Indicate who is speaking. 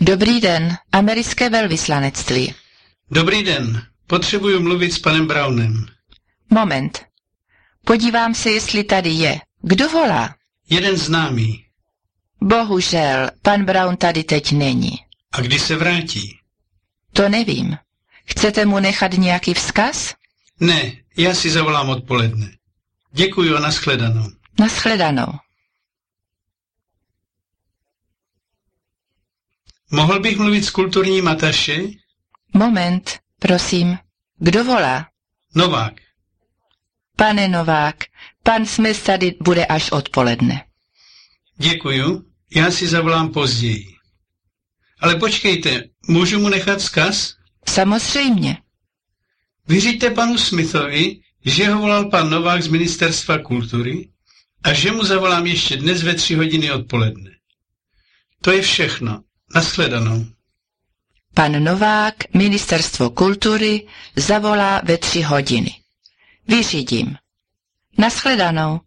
Speaker 1: Dobrý den, americké velvyslanectví.
Speaker 2: Dobrý den, potřebuju mluvit s panem Brownem.
Speaker 1: Moment. Podívám se, jestli tady je. Kdo volá?
Speaker 2: Jeden známý.
Speaker 1: Bohužel, pan Brown tady teď není.
Speaker 2: A kdy se vrátí?
Speaker 1: To nevím. Chcete mu nechat nějaký vzkaz?
Speaker 2: Ne, já si zavolám odpoledne. Děkuji a nashledanou.
Speaker 1: Naschledanou.
Speaker 2: Mohl bych mluvit s kulturním ataše?
Speaker 1: Moment, prosím. Kdo volá?
Speaker 2: Novák.
Speaker 1: Pane Novák, pan Smith tady bude až odpoledne.
Speaker 2: Děkuji, já si zavolám později. Ale počkejte, můžu mu nechat vzkaz?
Speaker 1: Samozřejmě.
Speaker 2: Vyříte panu Smithovi, že ho volal pan Novák z Ministerstva kultury a že mu zavolám ještě dnes ve tři hodiny odpoledne. To je všechno. Nashledanou.
Speaker 1: Pan Novák, ministerstvo kultury, zavolá ve tři hodiny. Vyřídím. Naschledanou.